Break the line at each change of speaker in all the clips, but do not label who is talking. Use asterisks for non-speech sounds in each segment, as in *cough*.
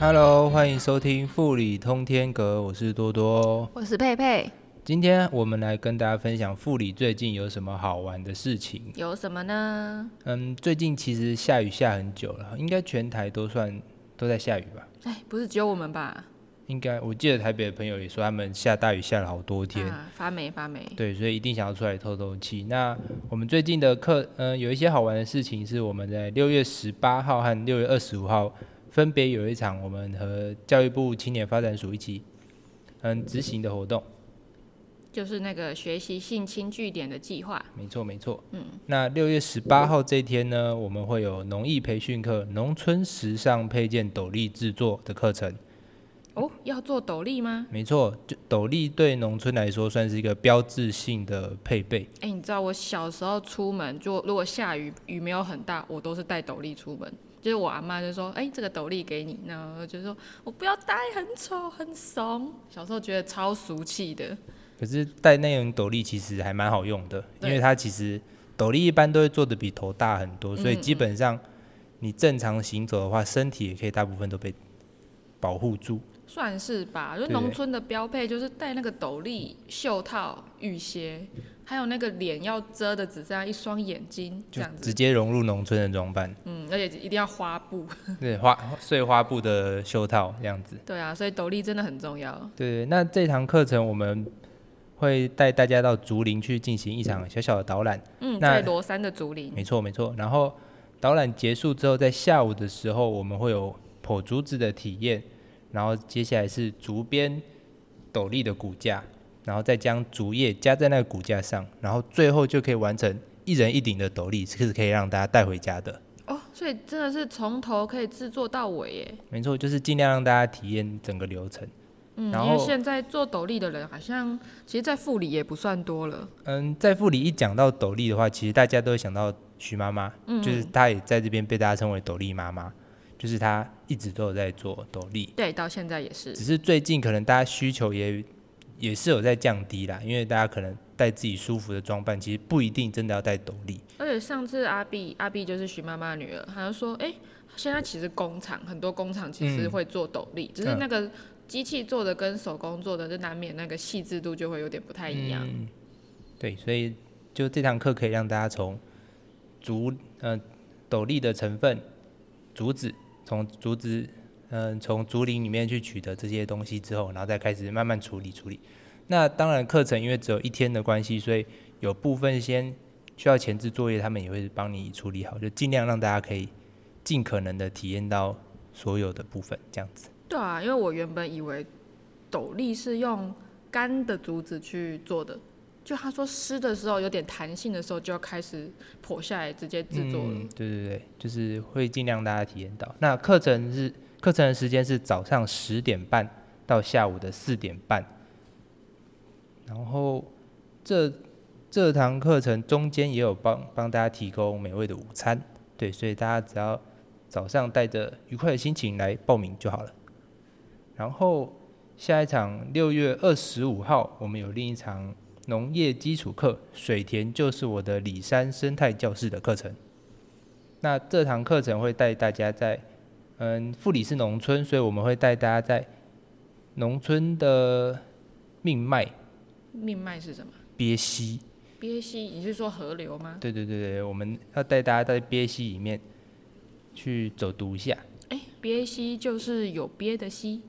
Hello，欢迎收听《富里通天阁》，我是多多。
我是佩佩，
今天我们来跟大家分享富里最近有什么好玩的事情。
有什么呢？
嗯，最近其实下雨下很久了，应该全台都算都在下雨吧？
哎，不是只有我们吧？
应该，我记得台北的朋友也说他们下大雨下了好多天。
啊，发霉发霉。
对，所以一定想要出来透透气。那我们最近的课，呃，有一些好玩的事情是我们在六月十八号和六月二十五号分别有一场我们和教育部青年发展署一起嗯执行的活动。
就是那个学习性侵据点的计划，
没错，没错。嗯，那六月十八号这一天呢，我们会有农艺培训课、农村时尚配件斗笠制作的课程。
哦，要做斗笠吗？
没错，就斗笠对农村来说算是一个标志性的配备。
哎，你知道我小时候出门，就如果下雨，雨没有很大，我都是带斗笠出门。就是我阿妈就说：“哎，这个斗笠给你。”呢，我就说：“我不要戴，很丑，很怂。”小时候觉得超俗气的。
可是戴那种斗笠其实还蛮好用的，因
对
为它其实斗笠一般都会做的比头大很
嗯
多，所以基本上你正常行走的话，身体也可以大部分都被保护住。
算是吧，就
对
农村的标配就是戴那个斗笠、袖套、雨鞋，还有那个脸要遮的只剩下一双眼睛这
就
样子
直。接融入农村的装扮，
嗯，而且一定要花布。 *laughs*
对花碎花布的袖套这样子。
对啊，所以斗笠真的很重要。
对，那这堂课程我们会带大家到竹林去进行一场小小的导览，
嗯，
那
在罗山的竹林，
没错没错。然后导览结束之后，在下午的时候，我们会有剖竹子的体验，然后接下来是竹编斗笠的骨架，然后再将竹叶加在那个骨架上，然后最后就可以完成一人一顶的斗笠，这个是可以让大家带回家的。
哦，所以真的是从头可以制作到尾耶。
没错，就是尽量让大家体验整个流程。
嗯，
然
因为
后
现在做斗笠的人好像，其实，在富里也不算多了。
嗯，在富里一讲到斗笠的话，其实大家都会想到徐妈妈，就是她也在这边被大家称为斗笠妈妈，就是她一直都有在做斗笠。
对，到现在也是
只。是最近可能大家需求也也是有在降低啦，因为大家可能带自己舒服的装扮，其实不一定真的要带斗笠。
而且上次阿碧，阿碧就是徐妈妈的女儿，她就说，哎、现在其实工厂很多工厂其实会做斗笠，只是那个机器做的跟手工做的，就难免那个细致度就会有点不太一
嗯
样。
对，所以就这堂课可以让大家从竹呃斗笠的成分、竹子，从竹子嗯、从竹林里面去取得这些东西之后，然后再开始慢慢处理处理。那当然课程因为只有一天的关系，所以有部分先需要前置作业，他们也会帮你处理好，就尽量让大家可以尽可能的体验到所有的部分，这样子。
对啊，因为我原本以为斗笠是用干的竹子去做的，就他说湿的时候有点弹性的时候就要开始剖下来直接制作了。
嗯。对对对，就是会尽量大家体验到。那课程是课程的时间是早上十点半到下午的四点半，然后这这堂课程中间也有帮帮大家提供美味的午餐，对，所以大家只要早上带着愉快的心情来报名就好了。然后下一场六月二十五号，我们有另一场农业基础课，水田就是我的里山生态教室的课程。那这堂课程会带大家在，嗯，富里是农村，所以我们会带大家在农村的命脉
命脉是什么？
鳖溪，
鳖溪，你是说河流吗？
对对对对，我们要带大家在鳖溪里面去走读一下。
哎、鳖溪就是有鳖的溪，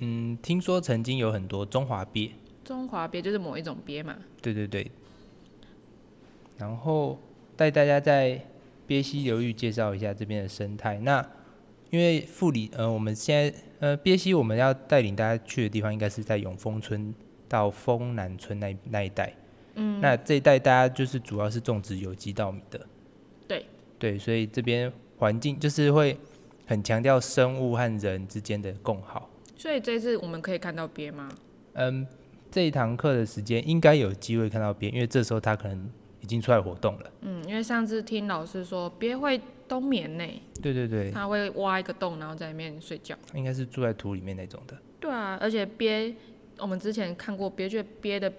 嗯，听说曾经有很多中华鳖，
中华鳖就是某一种鳖嘛。
对对对。然后带大家在鳖溪流域介绍一下这边的生态。那因为富里，呃，我们现在呃鳖溪我们要带领大家去的地方，应该是在永丰村到丰南村那一那一带。嗯，那这一带大家就是主要是种植有机稻米的。
对
对，所以这边环境就是会很强调生物和人之间的共好。
所以这次我们可以看到鳖吗？
嗯，这一堂课的时间应该有机会看到边，因为这时候他可能已经出来活动了。
嗯，因为上次听老师说鳖会冬眠呢、
对对对，
它会挖一个洞，然后在里面睡觉。
应该是住在土里面那种的。
对啊，而且憋，我们之前看过憋，觉得憋的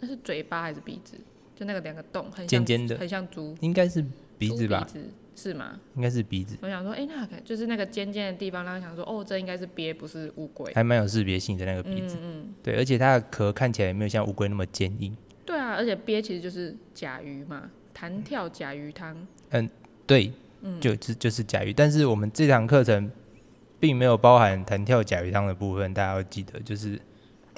那是嘴巴还是鼻子，就那个两个洞，很像
尖尖的
很像猪。
应该是鼻子吧，
鼻子是吗？
应该是鼻子，
我想说，哎、那可就是那个尖尖的地方，让人想说，哦，这应该是鳖，不是乌龟。
还蛮有识别性的那个鼻子。对，而且它的壳看起来也没有像乌龟那么坚硬。
对啊，而且鳖其实就是甲鱼嘛，弹跳甲鱼汤。
对，就就就是甲鱼。但是我们这堂课程并没有包含弹跳甲鱼汤的部分，大家要记得，就是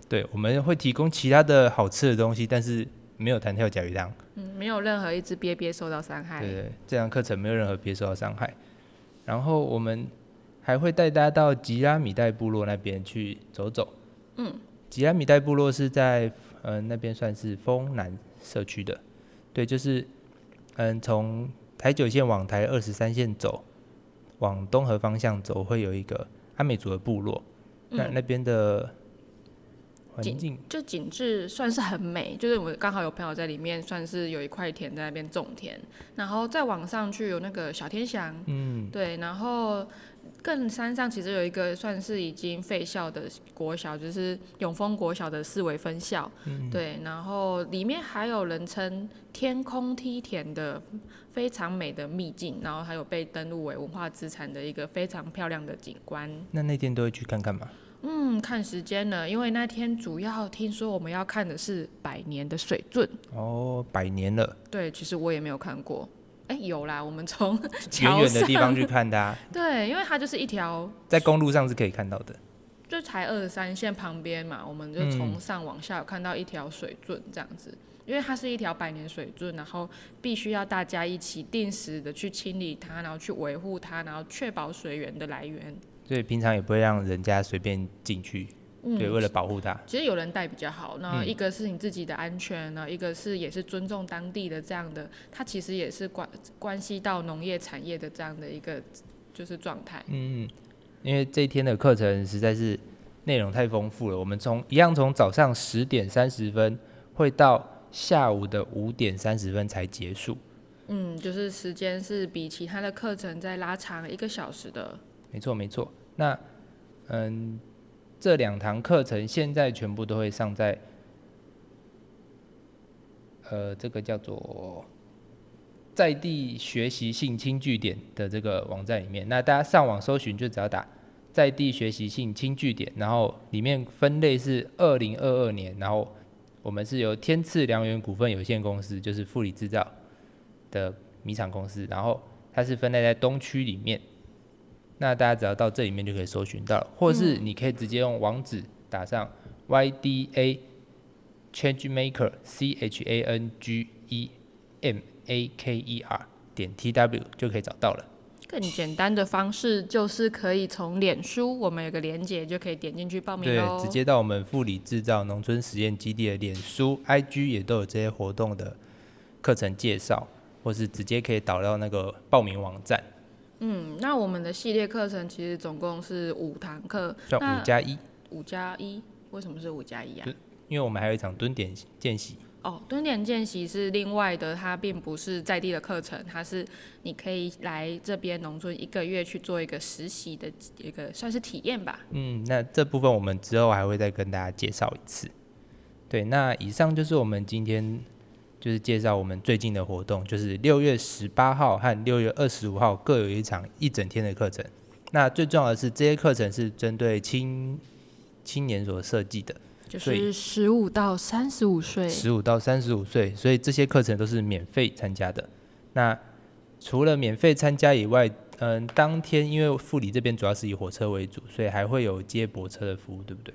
对我们会提供其他的好吃的东西，但是没有弹跳甲鱼汤。
嗯，没有任何一只鳖鳖受到伤害。
对对，这堂课程没有任何别受到伤害。然后我们还会带大家到吉拉米代部落那边去走走。嗯，吉拉米代部落是在嗯、呃那边算是丰南社区的，对，就是嗯从台九线往台二十三线走，往东河方向走会有一个阿美族的部落，那那边的环
景
境
就景致算是很美，就是我刚好有朋友在里面，算是有一块田在那边种田，然后再往上去有那个小天祥，嗯，对，然后更山上其实有一个算是已经废校的国小，就是永丰国小的四维分校，对，然后里面还有人称天空梯田的非常美的秘境，然后还有被登录为文化资产的一个非常漂亮的景观。
那那天都会去看看嘛。
嗯，看时间了，因为那天主要听说我们要看的是百年的水圳。
哦，百年
*laughs*
了，
对，其实我也没有看过。哎，有啦，我们从
远
桥
远的啊地方
上，
去看它，
对，因为它就是一条，
在公路上是可以看到的。
就才二十三线旁边嘛，我们就从上往下有看到一条水圳这样子，因为它是一条百年水圳，然后必须要大家一起定时的去清理它，然后去维护它，然后确保水源的来源。
所以平常也不会让人家随便进去，
嗯
对，为了保护它。
其实有人带比较好，那
嗯
一个是你自己的安全，然后一个是也是尊重当地的这样的，它其实也是关关系到农业产业的这样的一个就是状态。
嗯因为这一天的课程实在是内容太丰富了，我们从一样从早上十点三十分会到下午的五点三十分才结束，
嗯，就是时间是比其他的课程再拉长一个小时的。
没错没错。那嗯，这两堂课程现在全部都会上在呃这个叫做在地学习性轻据点的这个网站里面。那大家上网搜寻就只要打在地学习性轻据点，然后里面分类是二零二二年，然后我们是由天赐良缘股份有限公司，就是富里制造的米厂公司，然后它是分类在东区里面。那大家只要到这里面就可以搜寻到了，或是你可以直接用网址打上 YDA Change Maker C H A N G E M A K E R 点 T W 就可以找到了。
更简单的方式就是可以从脸书，我们有个连接就可以点进去报名
对
喽，。
直接到我们富里制造农村实验基地的脸书、IG 也都有这些活动的课程介绍，或是直接可以导到那个报名网站，
嗯，那我们的系列课程其实总共是五堂课，
叫
那
五加一，
五加一，为什么是五加一啊？
因为我们还有一场蹲点见习。
哦，蹲点见习是另外的，它并不是在地的课程，它是你可以来这边农村一个月去做一个实习的一个算是体验吧。
嗯，那这部分我们之后还会再跟大家介绍一次。对，那以上就是我们今天就是介绍我们最近的活动，就是六月十八号和六月二十五号各有一场一整天的课程。那最重要的是，这些课程是针对青青年所设计的，
就
所以
是十五到三十五岁，
十五到三十五岁，所以这些课程都是免费参加的。那除了免费参加以外，嗯，当天因为富里这边主要是以火车为主，所以还会有接驳车的服务，对不对？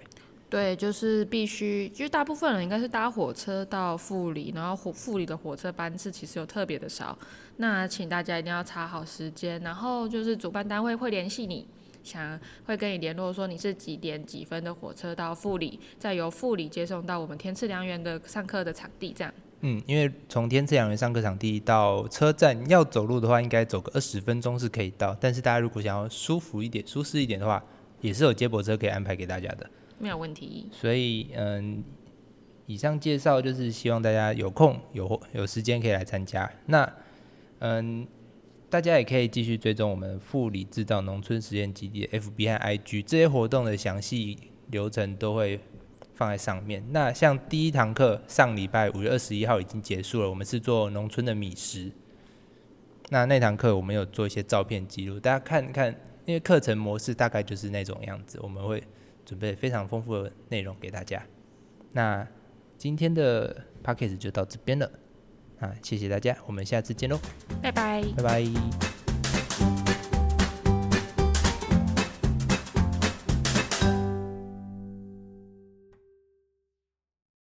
对，就是必须，就是大部分人应该是搭火车到富里，然后火富里的火车班次其实有特别的少，那请大家一定要查好时间，然后就是主办单位会联系你，想会跟你联络说你是几点几分的火车到富里，再由富里接送到我们天赐良园的上课的场地这样。
嗯，因为从天赐养园上课场地到车站要走路的话，应该走个二十分钟是可以到。但是大家如果想要舒服一点、舒适一点的话，也是有接驳车可以安排给大家的。
没有问题。
所以，嗯，以上介绍就是希望大家有空有有时间可以来参加。那，嗯，大家也可以继续追踪我们富里制造农村实验基地的 FB 和 IG，这些活动的详细流程都会放在上面。那像第一堂课上礼拜五月二十一号已经结束了，我们是做农村的米食。那那堂课我们有做一些照片记录，大家看看，因为课程模式大概就是那种样子，我们会准备非常丰富的内容给大家。那今天的 p a c k a g e 就到这边了，啊，谢谢大家，我们下次见喽，
拜拜。
拜拜。